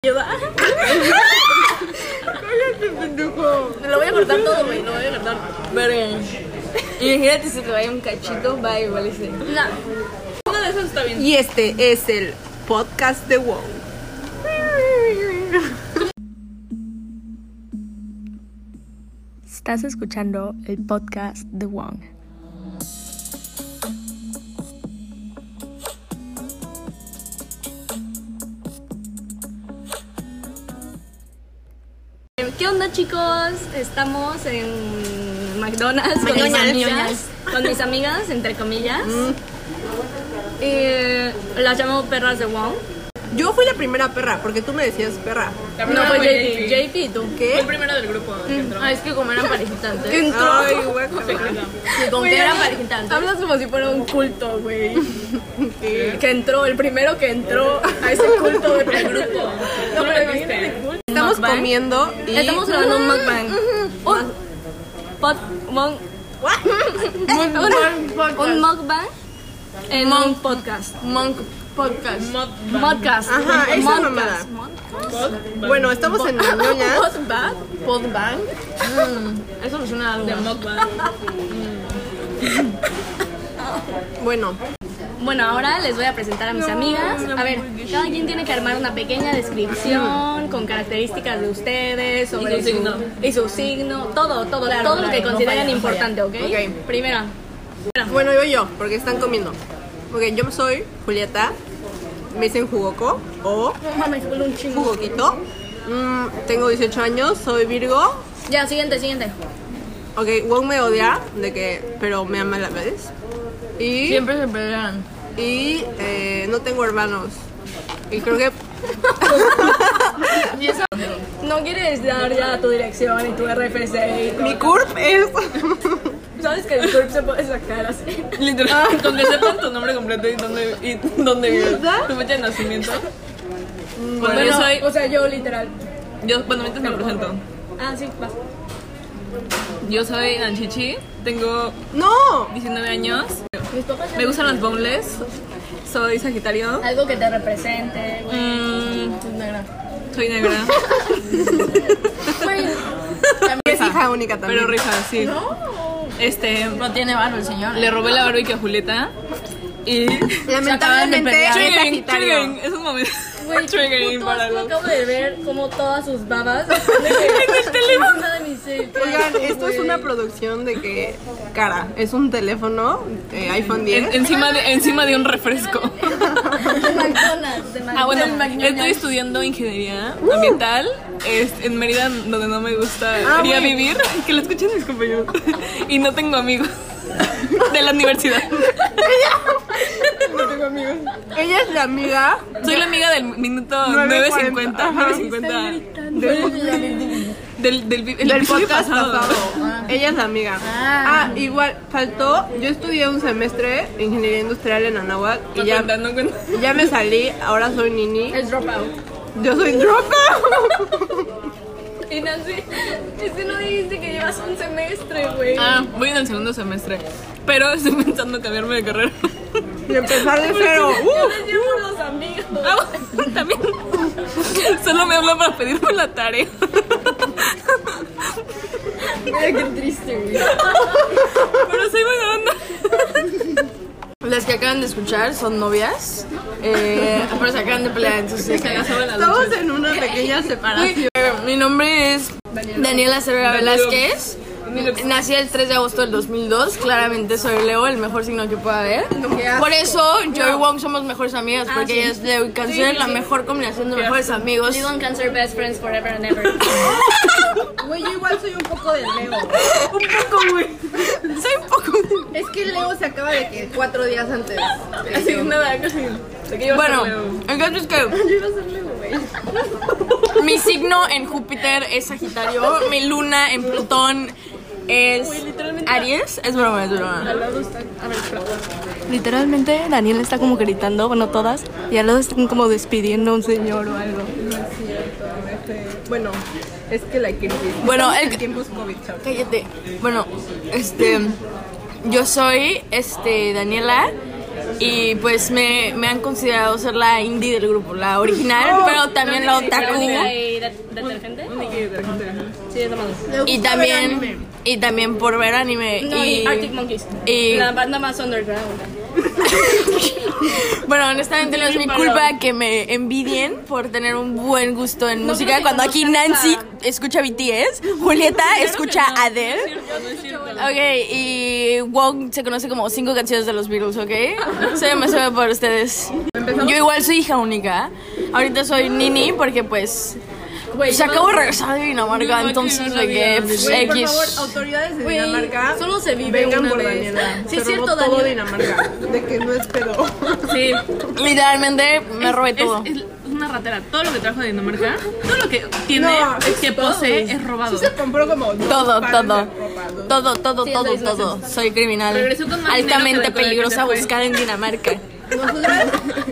cortar todo, güey. Lo voy a cortar. Verga. Imagínate si te vaya un cachito, va igual y se. No. Uno de esos está bien. Y este es el podcast de WOW. Estás escuchando el podcast de Wong. Em, ¿Qué onda, chicos? Estamos en McDonald's con mis, McDonald's. amigas, con mis amigas, entre comillas. Eh, las llamo perras de Wong. Yo fui la primera perra, porque tú me decías perra. No, pues fue JP. JP, ¿y tú ¿Qué? primero del grupo que entró. Ah, es que como eran parejitas antes. ¿Qué entró? Ay, guácala. Sí, como que eran parejitas antes. Hablas como si fuera un culto, güey. Que entró, el primero que entró a ese culto de grupo. No, pero imagínate, culto. Estamos Mukbang. comiendo y... Estamos grabando un mukbang. Un pod, mon- un, un mukbang en un podcast. Monk Podcast. Podcast. Ajá, esa Modcast. mamada. Modcast. Bueno, estamos en ñoñas. Podbang. Podbank. Eso me suena a algo. Bueno, Bueno, ahora les voy a presentar a mis amigas. A ver, cada quien tiene que armar una pequeña descripción con características de ustedes, sobre su signo. y su signo, todo, todo, todo lo que consideren importante, ¿ok? Ok. Primera. bueno, yo yo, porque están comiendo. Ok, yo soy Julieta. Me dicen Jugoco o Jugoquito. Mm, tengo 18 años, soy Virgo. Ya, siguiente, siguiente. Ok, Wong me odia, de que, pero me ama a la vez. Y, se pelean. y eh, no tengo hermanos. Y creo que No quieres dar ya tu dirección y tu RFC y todo? mi curp es. Sabes que el curp se puede sacar así. Literal, con que sepan tu nombre completo y dónde, y dónde vives. ¿Verdad? Tu fecha de nacimiento. Bueno, yo soy. o sea, yo literal. Yo, bueno, mientras me presento. Ah, sí, vas. Yo soy Nanchichi, tengo ¡No! 19 años. Mis papás ya- Me gustan las boneless. Soy Sagitario. algo que te represente, güey. Mm, Negra. soy negra, Es hija única también. pero rifa, sí. Este. No tiene barba el señor. Le robé la barbilla a Julieta. Y. Lamentablemente es Triggering, Sagitario. triggering. Es un momento. Güey, qué triggering puto para asco, los. acabo de ver como todas sus babas están de que- En el teléfono. Una de mis cejas, Oigan, esto güey. es una producción de que cara, es un teléfono eh, iPhone 10. En- encima, de, encima de un refresco. De McDonald's, de Ah, bueno, McDonald's. estoy estudiando ingeniería ambiental es en Mérida, donde no me Ah, gusta ir a güey. vivir. Que lo escuchen mis compañeros. Y no tengo amigos de la universidad. Ella es la amiga Soy la amiga del minuto 9.50. 9.50. Del, del, vi- el del episodio podcast pasado. pasado. Ella es la amiga. Ah. igual faltó. Yo estudié un semestre de ingeniería industrial en Anáhuac y No ya, cuenta, no cuenta. y ya me salí. Ahora soy Nini. Es dropout. Yo soy dropa. Y Nancy, es que no dijiste que llevas un semestre, güey. Ah, voy en el segundo semestre. Pero estoy pensando cambiarme de carrera. y empezar de cero. Yo Uh, les llevo unos amigos. Ah, bueno, también. Solo me habla para pedirme la tarea. Mira qué triste, güey. Pero soy buena onda. Las que acaban de escuchar son novias, eh, pero se acaban de pelear, entonces... estamos en una pequeña separación. Mi nombre es Daniela Cervera Velázquez, nací el 3 de agosto del 2002, claramente soy Leo, el mejor signo que pueda haber. Por eso yo y Wong somos mejores amigas, Ah, porque ella es Leo y Cáncer, la mejor combinación de mejores amigos. Live on cancer best friends forever and ever. Güey, yo igual soy un poco de Leo. Soy un poco... Es que Leo se acaba de que cuatro días antes. Así, nada, casi. Bueno, el caso es que... Mi signo en Júpiter es Sagitario, mi luna en Plutón es Aries. Es broma, es broma. Literalmente Daniel está como gritando, bueno todas, y al lado están como despidiendo a un señor o algo. Bueno, es que la crisis. Bueno, el- tiempo es COVID, chavos. Cállate. Bueno, este yo soy este Daniela Y pues me, me han considerado ser la indie del grupo, la original, pero también la otaku. ¿Detergente? Sí, es la mano. Y también, y también por ver anime. No, y Ah, Arctic Monkeys. y- La banda más underground. Bueno, honestamente no es mi culpa que me envidien por tener un buen gusto en música. creo que Cuando aquí conozcas Nancy escucha BTS, Julieta escucha Adele. Ok, y Wong se conoce como cinco canciones de los Beatles, ¿ok? Soy demasiado por ustedes. Yo igual soy hija única. Ahorita soy Nini porque pues... se acabo de regresar de Dinamarca, entonces de que pff, Güey, por favor, X. autoridades de Dinamarca. solo se vive vengan una por vez. Daniela. Sí, es Se cierto, robó todo Daniela. Dinamarca. De que no es pedo. Sí. Literalmente me robé todo. Es, es una ratera. Todo lo que trajo de Dinamarca, todo lo que tiene, No, es que posee, es robado. Se compró como dos Todo, pares de todo. ropa, dos Todo, todo, todo, todo. Soy criminal. Regresó con más dinero que Altamente la cola que peligrosa se fue. buscada en Dinamarca. Nosotras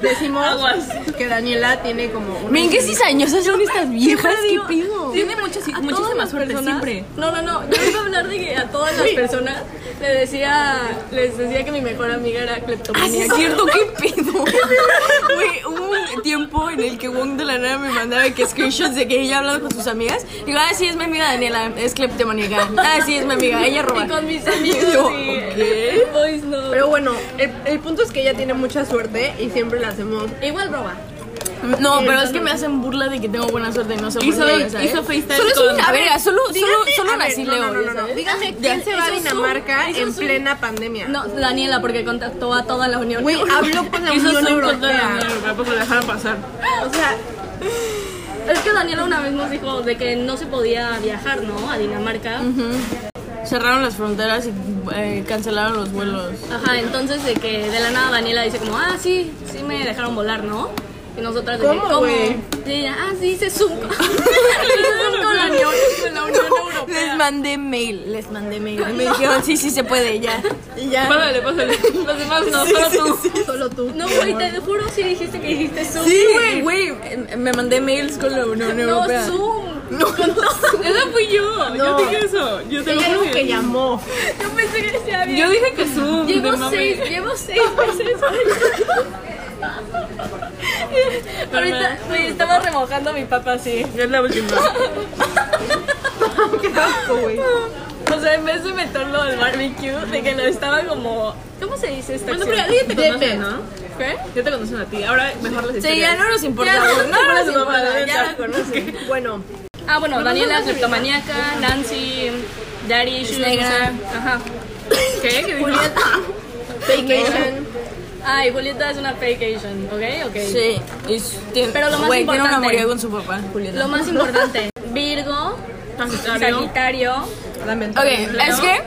decimos Aguas. que Daniela tiene como una Miren qué cizañosas son estas viejas. ¿Qué pido? Tiene muchas, muchísima Muchísimas suerte siempre. No, no, no. Yo iba a hablar de que a todas las personas les decía, les decía que mi mejor amiga era Así cleptomanía. es cierto, ¿qué pido? Güey, hubo un tiempo en el que Wong de la nada me mandaba de que screenshots de que ella hablaba con sus amigas. Digo, ah, sí, es mi amiga Daniela, es cleptomaníaca. Ah, sí, es mi amiga, ella roba. Y con mis amigos Yo, y boys no. Pero bueno, el, el punto es que ella tiene mucha suerte y siempre la hacemos. Igual roba. No, pero es que me hacen burla de que tengo buena suerte y no sé por Hizo, qué, ¿sabes? hizo FaceTime Solo es con- una verga, solo, solo, Díganme- a solo ver, nací no, no, Leo, no, ya no, no. sabes. Díganme quién se va a hizo Dinamarca Zoom, hizo en Zoom. plena pandemia. No, Daniela, porque contactó a toda la Unión. Güey, habló con la Hizo Unión Zoom con todo el Europea. dinero, tampoco la dejaron pasar. O sea, Es que Daniela una vez nos dijo de que no se podía viajar, ¿no? A Dinamarca. Cerraron las fronteras y eh, cancelaron los vuelos. Ajá, entonces de que de la nada Daniela dice como, ah, sí, sí me dejaron volar, ¿no? Y nosotras de que, ¿Cómo, güey? Y ella, ah, sí, hice Zoom. hice Zoom con la Unión, con la Unión Europea. Les mandé mail, les mandé mail. Y me dijeron, sí, sí se puede, ya. Y ya. Pásale, pásale. Los demás no, solo tú. Solo tú. No, güey, te juro, sí dijiste que hiciste Zoom. Sí, güey, güey, eh, me mandé mails con la Unión No, Europea. Zoom. No, Esa fui yo. Yo dije eso. Yo te lo ella dijo juro. que llamó. Yo pensé que decía bien. Yo dije que Zoom. de Llevo mame. seis, llevo seis veces. Ahorita, güey, estaba remojando a mi papá así. Ya es la última. Qué asco, güey. O sea, en vez de meterlo al barbecue, de que lo estaba como. ¿Cómo se dice esta Bueno, acción? pero alguien te conoce, Depende. ¿no? Ya te conocen a ti. Ahora mejor les Sí, ya no nos importa. Ya no güey, nos nos importa, importa, ya ya la la conoces. Bueno, Ah, bueno, Daniela, cleptomaniaca, Nancy, Daddy, Issues, negra. o sea, Ajá. ¿Qué? ¿Qué dijo? vacation. Ah, y Julieta es una fake Asian, ¿ok? Ok. Sí, y tiene, Pero lo más güey, tiene una importante. moría con su papá, Julieta. Lo más importante, Virgo, Sagitario. Sagitario. Ok, Lamentable. es que,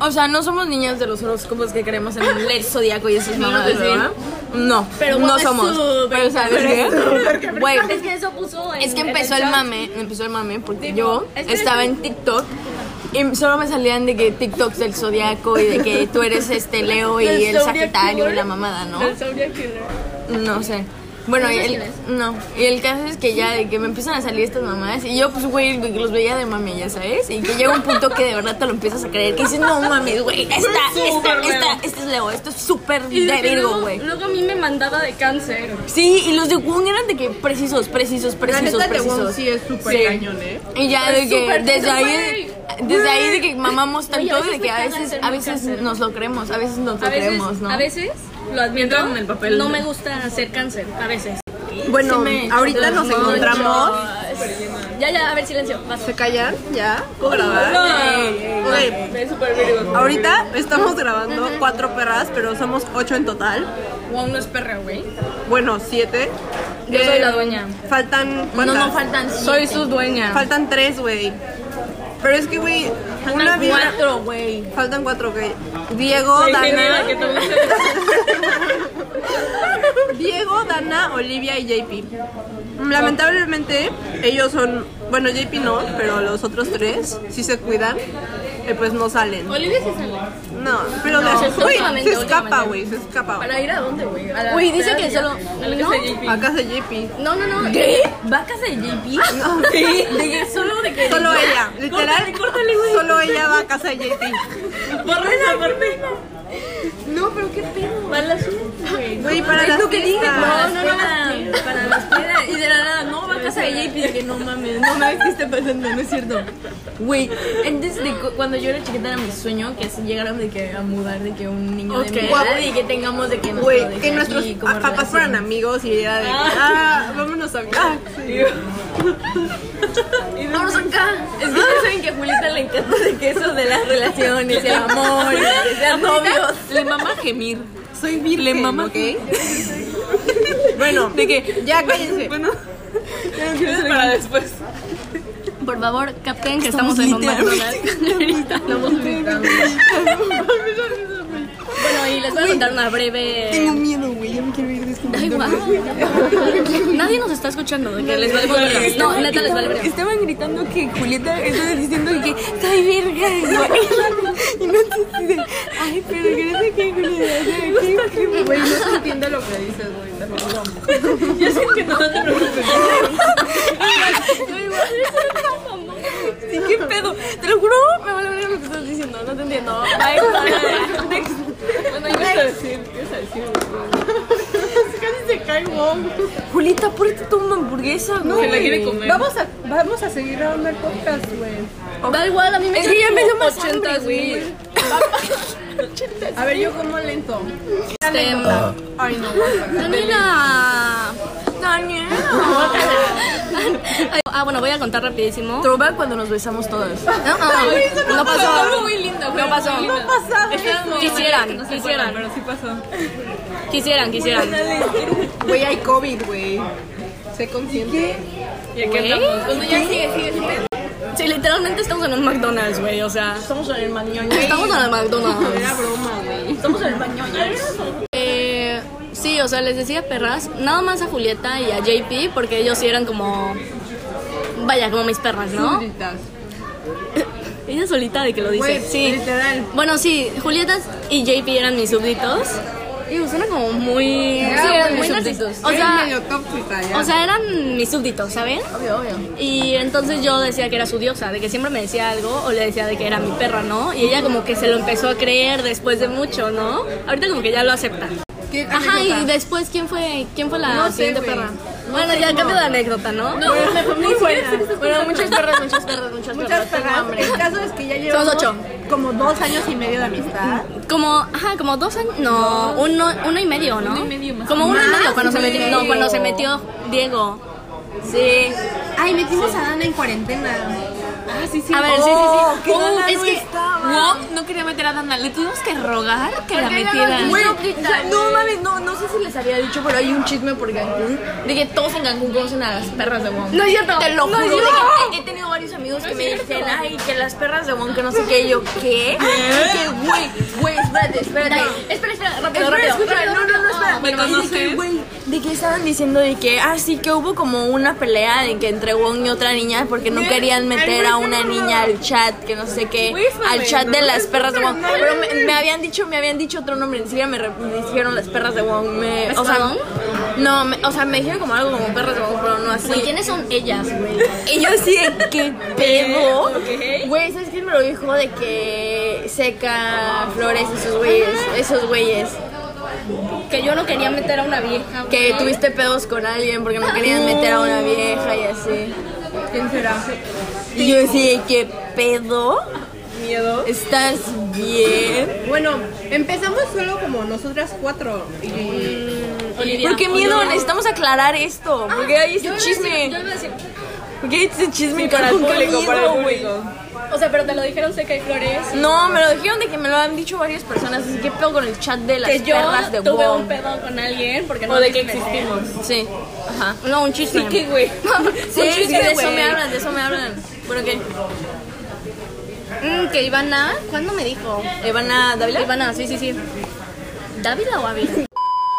o sea, no somos niñas de los horóscopos que creemos en el zodiaco y esas mamadas, ¿verdad? No, Pero no guapa somos. es Pero ¿sabes qué? Güey, Es que eso puso. en- es que en empezó el chat. mame, empezó el mame porque Digo, yo es que- estaba en TikTok y solo me salían de que TikToks del zodiaco y de que tú eres este Leo y Del el Zodiac Sagitario y Killer. la mamada, ¿no? Del Zodiac Killer. No sé. Bueno, y el, no. Y el caso es que ya de que me empiezan a salir estas mamadas y yo pues güey los veía de mami, ya sabes, y que llega un punto que de verdad te lo empiezas a creer, que dices, "No mames, güey, esta esta, Súper Este, esta Leo. esta es Leo, esto es súper Y de de que Virgo, luego- güey." Luego a mí me mandaba de cáncer. Sí, y los de Wong eran de que precisos, precisos, La precisos, neta de Wong precisos. sí es súper Sí. cañón, ¿eh? Y ya de que súper desde cañón, ahí desde ahí de que mamamos tanto veces de me que a caga veces ser a muy veces cáncer. nos lo creemos, a veces nos lo A veces, creemos, ¿no? a veces, lo admito, Entran en el papel. no me gusta hacer cáncer, a veces. Bueno, ahorita nos encontramos. Ya, ya, a ver, silencio, vas. ¿Se callan? ¿Ya? ¿Puedo grabar? Ah. Ok, Es súper virgo. ahorita estamos grabando cuatro perras, pero somos ocho en total. Wong no es perra, güey. Bueno, siete. Eh, Yo soy la dueña. Faltan. No, ¿cuántas? no faltan. Soy su dueña. Faltan tres, güey. Pero es que, güey, una vida. güey. Faltan cuatro, ok. Diego, Dana. que te gusta. Diego, Dana, Olivia y JP. Lamentablemente, ellos son. Bueno, JP no, pero los otros tres sí se cuidan. Y pues no salen. Olivia sí sale. No, pero de- se escapa, Uy, últimamente, se escapa, últimamente. güey, se escapa. ¿Para ir a dónde, güey? A la- Güey, dice que ya. solo. No, A casa de JP. no, no, no. ¿Qué? ¿Vacas de JP? No, ¿De que solo de que. solo ella, literal. solo ella va a casa de JP. Borra esa parte. No, pero qué pedo. Para las fiestas, güey. Güey, para las No, fiestas. no, no, para, para las fiestas. Y de la nada, no, va a casa de JP. De que no mames, no mames, ¿qué está pasando? No es cierto. Güey, antes de cu- cuando yo era chiquita era mi sueño que se llegaran de que a mudar de que un niño Ok. de mi Guau. edad y que tengamos de que Güey, de que aquí nuestros como ah, papás fueran relación. amigos y era de. Ah, vámonos a. Ah, sí. Y Vámonos acá. Es que ustedes saben que a Julieta le encanta de que eso de las relaciones, el amor, y que sean novios. Le mama gemir. Soy virgen, Le mama. ¿ok? bueno, ¿De qué? ya cállense. Bueno, ya no quiero ser para después. Por favor, capten que estamos en un Bueno, y les voy a contar una breve. Tengo miedo, güey. Yo me quiero ir de Nadie nos está escuchando. De que les vale verga. No, neta les vale verga. Estaban gritando que Julieta estaba diciendo que estoy virga. Y no entonces, ay, pero gracias que Julieta. Güey, no se entiende lo que dices, güey. Sí, qué pedo. Te lo juro, me vale ver lo que estás diciendo. No te entiendo. Ay, bye. Next. Bueno, ¿qué vas a decir? ¿Qué vas a decir? Casi se cae, mom. Julieta, ponte tú una hamburguesa, güey. Se la quiere comer. Vamos a, vamos a seguir grabando el podcast, güey. Da igual, a mí me Es que ya me dio más hambre, 80 güey. mil. A ver, yo como lento. Este, Ay, no. Daniela. Daniela. Ah, bueno, voy a contar rapidísimo. Throwback cuando nos besamos todas. No, no, no pasó. No pasó. No pasó. Quisieran, quisieran, Pero sí pasó. quisieran, quisieran. Güey, hay COVID, güey. Sé consciente. Y aquí andamos. Cuando ya sigue, sigue, sigue. Sí, literalmente estamos en un McDonald's, güey, o sea. Estamos en el McDonald's. Estamos en el McDonald's. Era broma, güey. Estamos en el McDonald's. Eh, Sí, o sea, les decía perras, nada más a Julieta y a JP, porque ellos sí eran como. Vaya, como mis perras, ¿no? Gritas. Ella solita de que lo dice. Güey, sí. literal. Bueno, sí, Julieta y JP eran mis súbditos. Y pues, suena como muy. sí, eran muy narcis- O sea, medio tóxica ya. o sea, eran mis súbditos, ¿saben? Obvio, obvio. Y entonces yo decía que era su diosa, de que siempre me decía algo o le decía de que era mi perra, ¿no? Y ella como que se lo empezó a creer después de mucho, ¿no? Ahorita como que ya lo acepta. ¿Qué Ajá, anécdota? y después, ¿quién fue, quién fue la No sé, siguiente güey. perra? bueno, ya cambio de anécdota, ¿no? No, me fue muy buena. Bueno, muchas perras, muchas perras, muchas, Muchas perras. tengo perras. hambre. El caso es que ya llevamos ocho. como dos años y medio de amistad. Como, ajá, como dos años, no, uno, uno y medio, ¿no? Uno y medio más. Como uno y medio cuando se metió, no, cuando se metió Diego. Sí. Ay, metimos a Dana en cuarentena. A ver, Ah, sí, sí, Oh, sí. que Dana es no que estaba. Wow, no quería meter a Dana. Le tuvimos que rogar que la Porque ella no metiera. quiso. Güey, No mames, no, no sé si les había dicho, pero hay un chisme por Cancún de que todos en Cancún conocen a las perras de Wong. No es cierto. Te lo No juro. es de cierto. que he he tenido varios amigos que me dicen, ay, que las perras de Wong, que no sé qué, y yo, ¿qué? Y que, güey, güey, espérate, espérate. Espera, espera, Espera, rápido, rápido. escucha, rápido, no, no, no, rápido. espera. ¿Me Bueno, y de conoces? que, güey, de que estaban diciendo de que, ah, sí, que hubo como una pelea de que entre Wong y otra niña porque no querían meter a una niña al chat, que no sé qué, al chat de las perras de Wong. Pero me, me habían dicho, me habían dicho otro nombre, ni siquiera me, re- me dijeron las perras de Wong. Me, o sea, ¿Espadón? no, me- o sea, me dijeron como algo como perras de Wong, pero no así. Güey, ¿quiénes son ellas, güey? Y yo así de qué pedo. Güey, ¿sabes quién me lo dijo? De que seca flores, esos güeyes, esos güeyes. Que yo no quería meter a una vieja. Que tuviste pedos con alguien porque no querían meter a una vieja y así. ¿Quién será? Y yo decía, ¿qué pedo? Miedo. ¿Estás bien? Bueno, empezamos solo como nosotras cuatro. Y... Olivia. ¿Por qué miedo? Necesitamos aclarar esto. Porque hay Yo iba ese a decir- yo chisme. iba a decir- Porque hay ese chisme para el público, para el público. O sea, pero te lo dijeron Seca y Flores. No, me lo dijeron de que me lo han dicho varias personas. Así que pedo con el chat de las Que yo perras de tuve Wong. un pedo con alguien porque no O de que quise meter. existimos. Sí. Ajá. No, un chisme. ¿Qué, güey? Sí, Un chisme, de eso güey. me hablan, de eso me hablan. Bueno, ¿qué? Mm, que Ivana, ¿cuándo me dijo? ¿Evana Dávila? Ivana, sí, sí, sí. ¿Dávila o Ávila?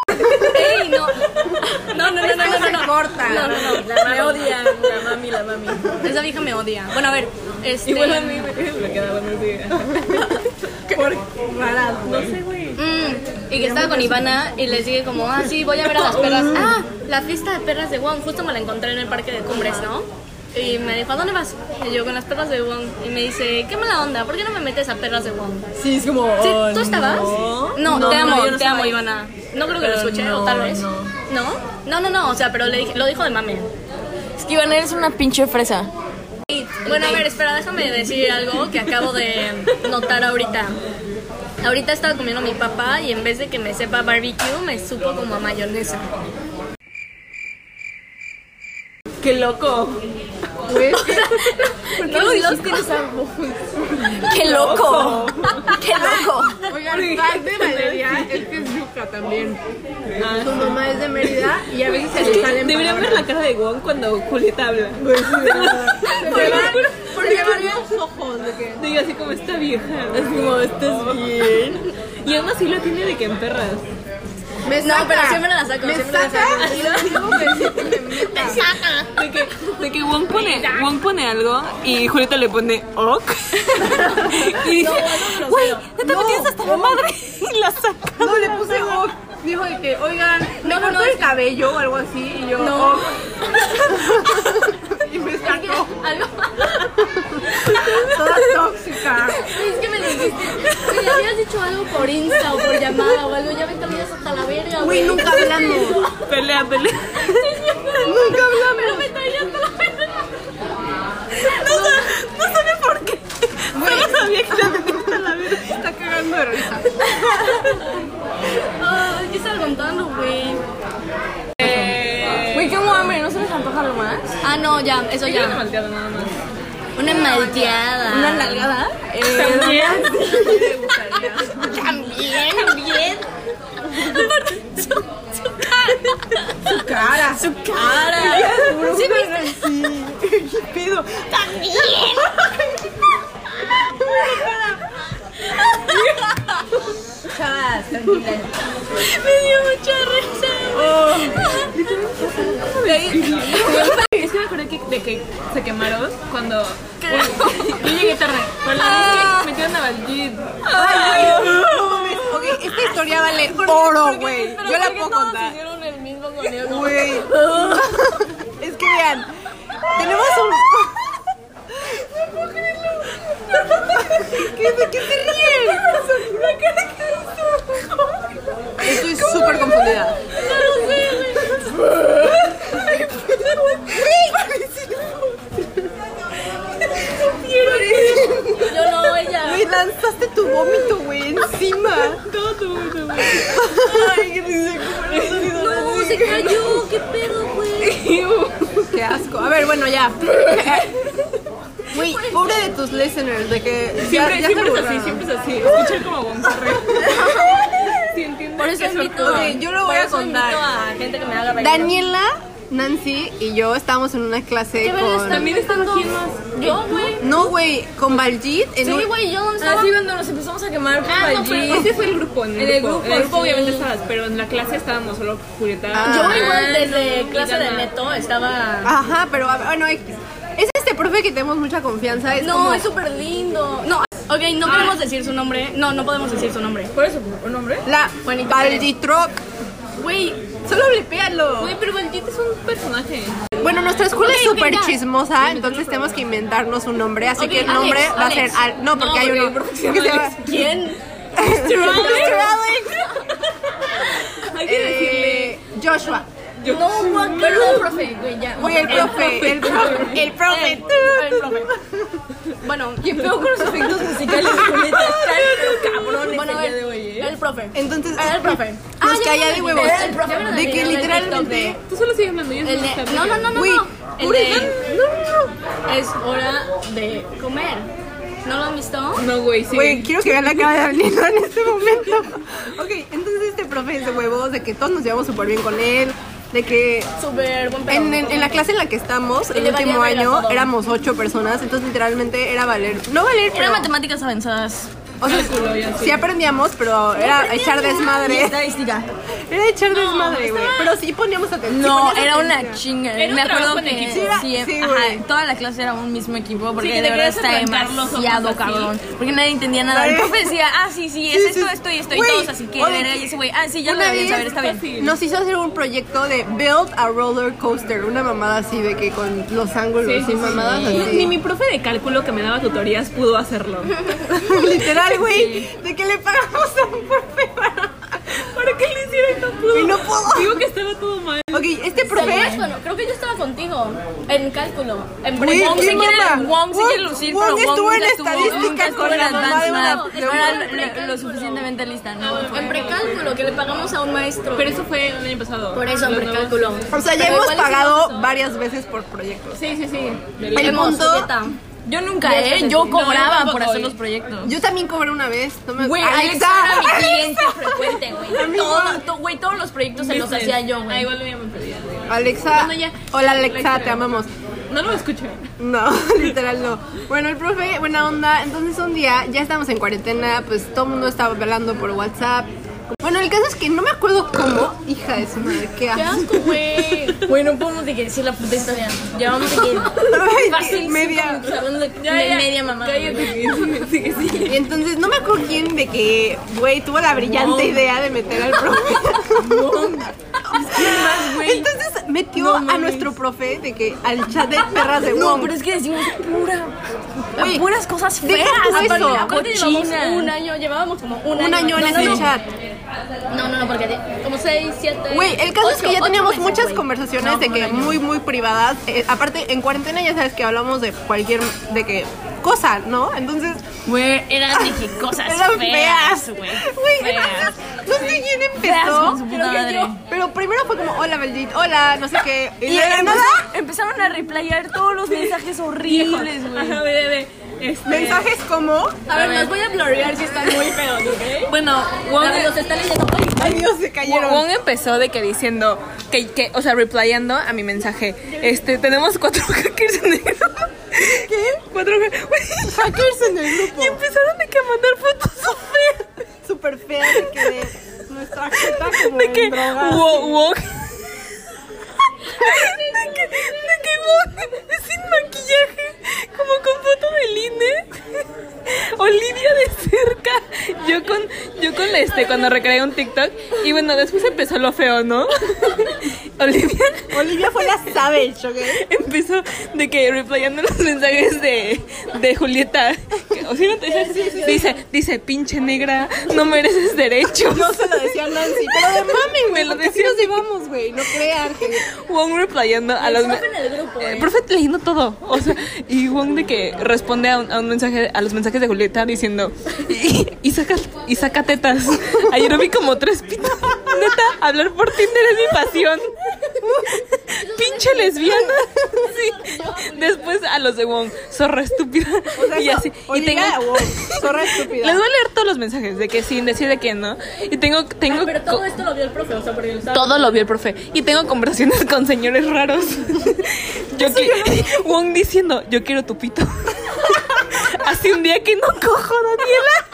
Ey, no. No, no, no, no, no, no, no. corta. No, no, no. La Me odian, la mami, la mami. Esa vieja me odia. Bueno, a ver, este... me quedaba muy bien. Por raras, güey. Mm, y que estaba con Ivana y les dije como, ah, sí, voy a ver a las perras. Ah, la fiesta de perras de Juan, justo me la encontré en el parque de cumbres, ¿no? Y me dijo, ¿a dónde vas? Y yo, con las perras de Wong. Y me dice, qué mala onda, ¿por qué no me metes a perras de Wong? Sí, es como. Sí, oh, ¿Tú estabas? No, No, te amo, yo no te estaba amo, ahí. Ivana. No creo que lo Pero escuché, no, o tal vez. no. No. no, no, no, o sea, pero le dije- lo dijo de mame. Es que Ivana eres una pinche fresa. Bueno, a ver, espera, déjame decir algo que acabo de notar ahorita. Ahorita estaba comiendo mi papá y en vez de que me sepa barbecue, me supo como a mayonesa. Qué loco. No, lo dijiste? ¡Qué loco! ¡Qué loco! Oigan, fan de Valeria es que es yuca también. Su Ah. mamá es de Mérida y a veces se le salen Deberían ver la cara de Wong cuando Julieta habla. Porque van los ojos de que... Digo así como esta vieja. Oh. Es como, "Este ¿estás bien? Y aún así lo tiene de que en perras. Me No, saca. pero siempre la saco, Me siempre la saca y yo digo que sí, me meta. De que, de que Wong, pone, Wong pone algo y Julieta le pone ok. Y dice, güey, no te metiste hasta la madre. Y la saca. No, le puse ok. Dijo de que, oigan, me cortó el cabello o algo así y yo, ok. Y me sacó. Algo Toda tóxica. Es que me dijiste, si le habías dicho algo por Insta o por llamada o algo, ya me cambias hasta la verga, güey. Uy, nunca hablamos. Pelea, pelea. Nunca hablamos. Me traía hasta la verga. No sabe por qué. Solo sabía que la metiste hasta la verga. Está cagando de risa. Ay, ¿qué estás contando, güey? Güey, qué hambre, ¿no se les antoja algo más? Ah, no, ya, eso ya. Malteada nada más. Una malteada. Una nalgada. También, también. Cara. Es que me acuerdo que, de que se quemaron cuando. Uy, yo llegué tarde. Pero la vez que metieron a Valdir. Ok, esta historia vale oro, güey. Yo la puedo contar. Güey. Es que vean, tenemos un. ¿Qué, ¿De qué se ríen? Estoy súper confundida. Yo no, ella. Güey, lanzaste tu vómito, güey, encima. Todo tu vómito, güey. Ay, qué risa, cómo no No, se cayó, qué pedo, güey. Qué asco. A ver, bueno, ya. Güey, pobre de tus listeners, de que ya- Siempre, ya siempre se es así, burlaron. siempre es así. Escuchar como Gonzarre. Sí, entiendo. Por eso invito. Ok, yo lo voy por a eso contar. invito a gente que me haga bailar. Daniela, Nancy y yo estábamos en una clase con... ¿También están quién más? Yo, güey. No, güey, con Valjit en Ah, Sí, un- güey, yo dónde estaba. cuando nos empezamos a quemar por Ah, no, allí. pero- Ese fue el grupo, ¿no? El grupo, el grupo sí. obviamente estabas, pero en la clase estábamos solo Julieta. Ah. Yo igual desde clase de Ivana. neto estaba. Ajá, pero a- bueno, X. es este profe que tenemos mucha confianza. Es No, como- es Ah. súper lindo. No, ok, no podemos decir su nombre. No, no podemos decir su nombre. ¿Cuál es su nombre? la Juanita Valjitroc. Güey, Solo blepealo. Güey, pero Valdir es un personaje. Bueno, nuestra escuela es Ok, ok, súper ya. chismosa, entonces tenemos que inventarnos un nombre, así Ok, que el nombre Alex, va a ser Alex. Al- no, porque hay porque hay uno un profe que que se se llama ¿quién? Mr. Alex. Hay que decirle. Eh, Joshua. No, Juan, pero el profe, güey, ya. Güey, el profe, el profe, el profe. El profe. Bueno, qué feo con los efectos musicales cabrones bueno, el, El profe. Entonces, Ah, El profe. nos ya caía vi de el huevos. video del profe. De que Ya vi el literalmente. Tú solo sigues mandando yo El de- no, no, no, no. Güey, no. El pura- de- Es hora de comer. ¿No lo han visto? No, güey, sí. Güey, quiero que vean la cara de Avelino en este momento. Ok, entonces este profe es de huevos, de que todos nos llevamos súper bien con él, de que Súper buen pedo. en, en- en la clase en la que estamos, el le valía último verga año, todo. éramos ocho personas, entonces literalmente era valer, no valer, Era pero matemáticas avanzadas. O sea, sí aprendíamos, pero era echar desmadre. Estadística. Era echar desmadre, güey. Pero sí poníamos atención. No, era una chinga. Era un Me acuerdo trabajo en que equipo. Sí, sí, era- sí, ajá, güey. toda la clase era un mismo equipo porque que te de verdad querías está arrancar los ojos demasiado así. cabrón. Porque nadie entendía nada. El Nadie. profe decía, ah, sí, sí, es Sí, esto, sí. esto y esto. Güey, y todos así que, o de verga, que- y ese güey, ah, sí, ya lo Una debían vez- saber, está bien. Nos hizo hacer un proyecto de build a roller coaster, una mamada así de que con los ángulos Sí, sí, sí. y mamadas así. Ni mi profe de cálculo que me daba tutorías pudo hacerlo. Literal, güey, de que le pagamos a un profe para... ¿Para qué le hicieron y no pudo? Y no pudo. Digo que estaba todo mal. Ok, este profe... Bueno, creo que yo estaba contigo en cálculo. En Güey, Wong qué se quiere- mama. Wong sí Wong- quiere lucir, Wong pero Wong estuvo en nunca estuvo- nunca estadística estuvo con en la mamá de advanced una... math. de No una- era lo suficientemente lista, ¿no? En precálculo, que le pagamos a un maestro. Pero eso fue el año pasado. Por eso, en precálculo. O sea, ya Pero hemos igual hicimos pagado eso. varias veces por proyectos. Sí, sí, sí. El Hemos, punto... neta. Yo nunca, ¿eh? Yo cobraba por hacer los proyectos. Yo también cobré una vez. No me... Güey, Alexa, Alexa era mi Cliente frecuente, güey. Todo- to- Güey, todos los proyectos se los hacía yo, Ah, güey. igual lo habíamos pedido. Alexa, hola Alexa, te amamos. No lo escuché. No, literal no. Bueno, el profe, buena onda. Entonces un día, ya estábamos en cuarentena, pues todo el mundo estaba hablando por WhatsApp. Bueno, el caso es que no me acuerdo cómo, hija de su madre, qué asco. Güey, no podemos de que decir la puta historia. Llevamos aquí Ay, fácil media. cinco minutos hablando de de media mamá. Y entonces no me acuerdo quién de que, güey, tuvo la brillante idea de meter al profe. Entonces metió a nuestro profe de que al chat de perras de Wong. No, pero es que decimos pura, Güey, puras cosas deja feas. tú eso. Aparte llevamos cochinas. un año, llevábamos como un año. un año en No, no, ese no. chat. No, no, no, porque de- como seis, siete. Güey, el caso es que ocho- ya ocho teníamos meses, muchas güey. conversaciones No, de un que año. muy, muy privadas. Eh, aparte, en cuarentena ya sabes que hablamos de cualquier, de que cosa, ¿no? Entonces, Güey, eran de que cosas eran feas. güey. Güey, entonces, no sé quién Feas con empezó. su Creo puta que madre. yo. Pero primero fue como, hola, Beldit, hola, no sé qué. Y, Y de la empezó- nada, empezaron a replayar todos los mensajes horribles, güey. Ajá, bebé, bebé. Este, mensajes como, A ver, los voy a blurrear si están muy feos, ¿ok? Bueno, A ver, los está leyendo. Ay, ay Dios, se Wong, cayeron. Wong empezó de que diciendo que, que o sea, replayando a mi mensaje. Este, tenemos cuatro hackers en el grupo. ¿Qué? Cuatro hackers. Hackers en el grupo. Y empezaron de que a mandar fotos súper Súper fea de que de nuestra jeta como de que en droga. Wong, Wong. De que, de que Wong sin maquillaje, como con foto de Line. O Lidia de cerca. Yo con, yo con la este, cuando recreé un TikTok. Y bueno, después empezó lo feo, ¿no? Olivia Olivia fue la savage, ¿ok? empezó de que replayando los mensajes de, de Julieta. O sea, no te- Dice, dice, pinche negra, no mereces derechos. No se lo decía a Nancy, pero de mamen, Me güey, lo porque así decía nos llevamos, güey, no crean que... Wong replayando a los. me- Eh, profe leyendo todo. O sea, y Wong de que responde a un, a un mensaje, a los mensajes de Julieta diciendo y, y saca, y saca tetas. Ayer vi como tres pitas. Neta, hablar por Tinder es mi pasión. Pinche lesbiana. Sí. Después a los de Wong, zorra estúpida. O sea, y así. Y Olivia tengo. Wong, zorra estúpida. Les voy a leer todos los mensajes de que sí, decir de que no. Y tengo, tengo. Pero todo esto lo vio el profe, o sea, porque lo estaba. Todo lo vio el profe. Y tengo conversaciones con señores raros. Yo que, Wong diciendo, yo quiero tu pito. Hace un día que no cojo, Daniela.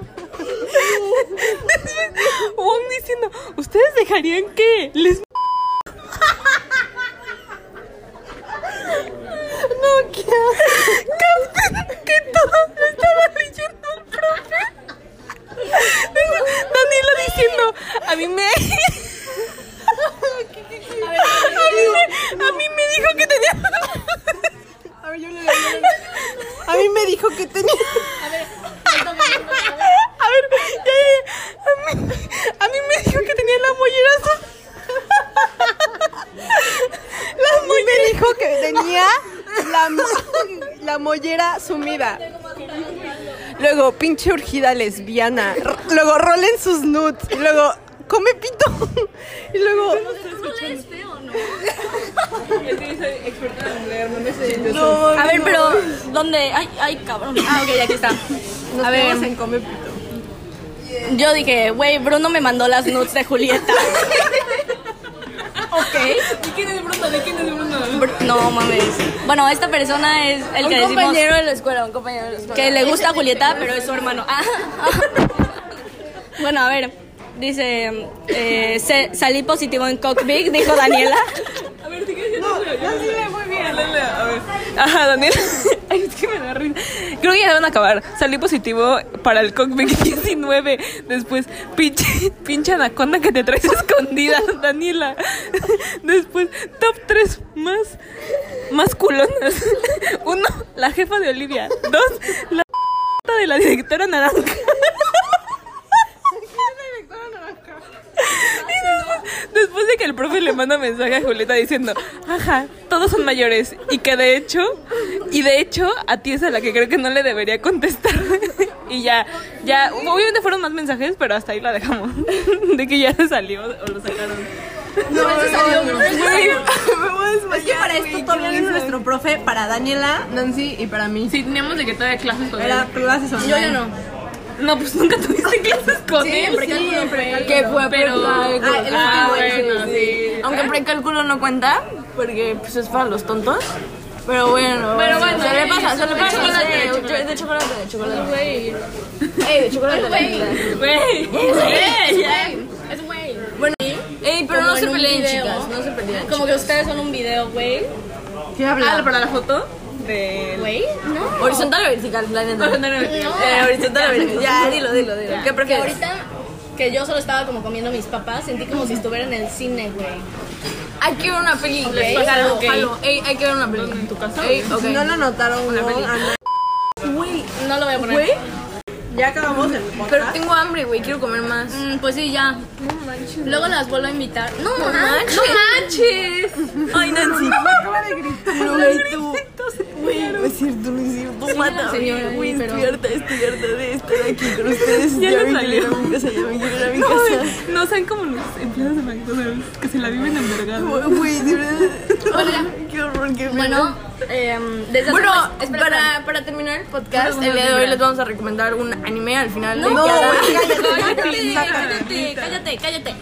Después, Wong diciendo, ¿ustedes dejarían que les... No, que... Capten que todo lo estaba leyendo el profe. Daniela diciendo, a mí me... A mí me, a mí me dijo que tenía... A ver, yo le leí. A mí me dijo que tenía. A ver, ya, ya, ya. A mí, a mí me dijo que tenía la mollera azul. A mí me dijo que tenía la, mo- la mollera sumida. Luego, pinche urgida lesbiana. R- Luego, rolen sus nuts. Y luego, come pito. Y luego. No, A ver, no. pero. ¿Dónde? Ay, ay, cabrón. Ah, ok, aquí está. Nos a ver. vemos en come pito. Yo dije, güey, Bruno me mandó las nudes de Julieta. Ok. ¿De quién es Bruno? ¿De quién es Bruno? Br- No mames. Bueno, esta persona es el que decimos de la escuela, un compañero de la escuela. que le gusta a Julieta, pero es su hermano. Ah, ah. bueno, a ver. Dice, eh, se- salí positivo en Cockpit, dijo Daniela. A ver, ¿de qué No, Daniela, muy bien. Daniela, a ver. Ajá, Daniela. Ay, es que me da risa. Creo que ya van a acabar. Salí positivo para el COVID 19. Después, pinche, pinche anaconda que te traes escondida, Daniela. Después, top 3 más, más culonas. Uno, la jefa de Olivia. Dos, la de la directora naranja. Después de que el profe le manda mensaje a Julieta diciendo, ajá, todos son mayores y que de hecho, y de hecho a ti es a la que creo que no le debería contestar. Y ya, ya, obviamente fueron más mensajes, pero hasta ahí la dejamos. De que ya se salió o lo sacaron. Es que para esto todavía es nuestro profe, para Daniela, Nancy y para mí. Sí, teníamos de que todavía clases con Era clases online. Yo ya no. No, pues nunca tuviste clases con él. Que fue Pero, ah, bueno, sí. Aunque precálculo no cuenta, porque pues es para los tontos. Pero bueno, Pero bueno, se le pasa, sí, se le de pasa. chocolate, de sí, chocolate. de chocolate, de chocolate. Ey, de chocolate. Güey, güey, ya. Es güey. Ey, pero no se peleen, chicas. no se peleen. Como que ustedes son un video, güey. ¿Qué Ah, habla? para la foto de... Güey, no. Horizontal o vertical, la neta. No. Eh, horizontal o vertical. Ya, dilo, dilo, dilo. ¿Qué Que prefieres? ahorita que yo solo estaba como comiendo mis papás, sentí como si estuviera en el cine, güey. Hay que ver una peli. Les Jalo, pasa algo gay. jalo. Ey, hay que ver una peli. ¿En tu casa? Ey, ok. Si no lo notaron, no, Ana. No lo voy a poner. Ya acabamos el Pero podcast. tengo hambre, güey. Quiero comer más. Mm, pues sí, ya. Luego las vuelvo a invitar. No, no manches. manches. Ay, Nancy. Me acaba de gritar. Pero, güey, tú. Güey, no es cierto, no es cierto. Mata, señora, güey. pero- Estoy harta, estoy harta de estar aquí con ustedes. Ya Ya le me quiero ir a salió. mi casa, ya me quiero ir a mi No, casa. no sean como los empleados de McDonald's que se la viven envergando. Güey, de verdad. Qué horror, qué Bueno, em, desde Bueno, hace- espera, para, para terminar el podcast, el día de hoy les vamos a recomendar un anime al final. de No, cada- güey, cállate. Cállate, cállate, cállate, cállate.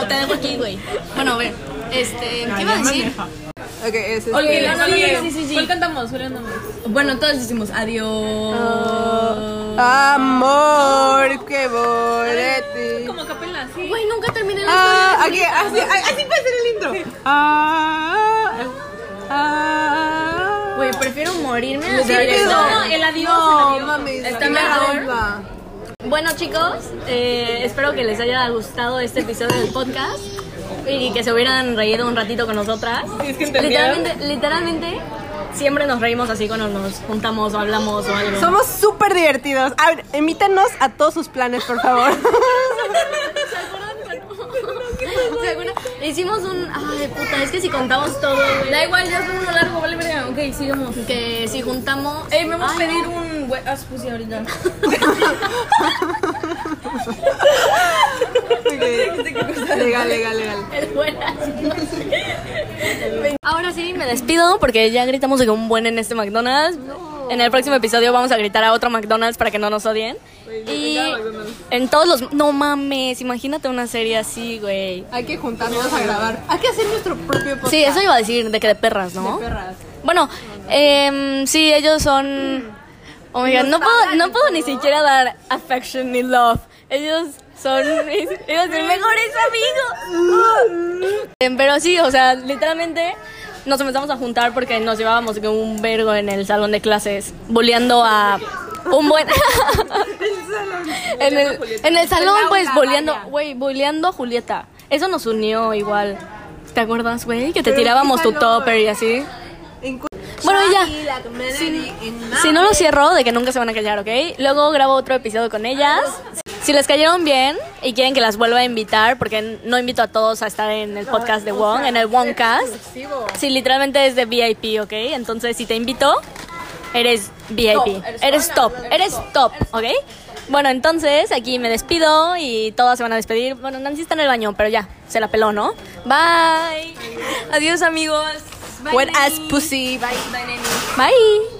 O te dejo aquí, güey. Bueno, a ver. Este, ¿qué iba a decir? Ok, ese es. Oye, no, no, no, sí, sí, sí. ¿Cuál cantamos? ¿Cuál cantamos? Bueno, todos decimos adiós. Amor, que voy Como capela, sí. Güey, nunca terminé la Ah, aquí, así, así puede ser el intro. Ah, ah, Güey, prefiero morirme así. pedo. No, el adiós, No, el adiós. mames, Está qué mejor. mala onda. Bueno, chicos, eh, espero que les haya gustado este episodio del podcast y que se hubieran reído un ratito con nosotras. Es que entendieron. literalmente, literalmente, siempre nos reímos así cuando nos juntamos o hablamos o algo. Somos súper divertidos. A ver, invítanos a todos sus planes, por favor. ¿Se acuerdan? Hicimos un. Ay, puta, es que si contamos todo. Da igual, ya es uno largo, vale, verga. Ok, sigamos. Que si juntamos. Ey, me vamos a pedir un. legal, legal, legal. Ahora sí, me despido porque ya gritamos de que un buen en este McDonald's. En el próximo episodio vamos a gritar a otro McDonald's para que no nos odien. Y en todos los... No mames, imagínate una serie así, güey. Hay que juntarnos a grabar. Hay que hacer nuestro propio podcast. Sí, eso iba a decir, de que de perras, ¿no? perras. Bueno, em, sí, ellos son... Oh my God, no puedo, no puedo ni siquiera dar affection ni love. Ellos son mis, ellos son mejores amigos. Em, Pero sí, o sea, literalmente nos empezamos a juntar porque nos llevábamos como un vergo en el salón de clases, boleando a un buen... en, el, en el salón, pues, boleando, güey, boleando a Julieta. Eso nos unió igual. ¿Te acuerdas, güey? Que te Pero tirábamos tu fíjalo. topper y así. En cu- Bueno, ya. Y la comedia en Si no lo cierro, de que nunca se van a callar, ¿ok? Luego grabo otro episodio con ellas. Si les cayeron bien y quieren que las vuelva a invitar, porque no invito a todos a estar en el podcast de Wong, en el Wongcast. exclusivo. Sí, literalmente es de VIP, ¿ok? Entonces, si te invito, eres VIP. Eres top, eres top, ¿ok? Bueno, entonces aquí me despido y todas se van a despedir. Bueno, Nancy está en el baño, pero ya, se la peló, ¿no? Bye. Adiós, amigos. Bye. pues Buen ass pussy. Bye.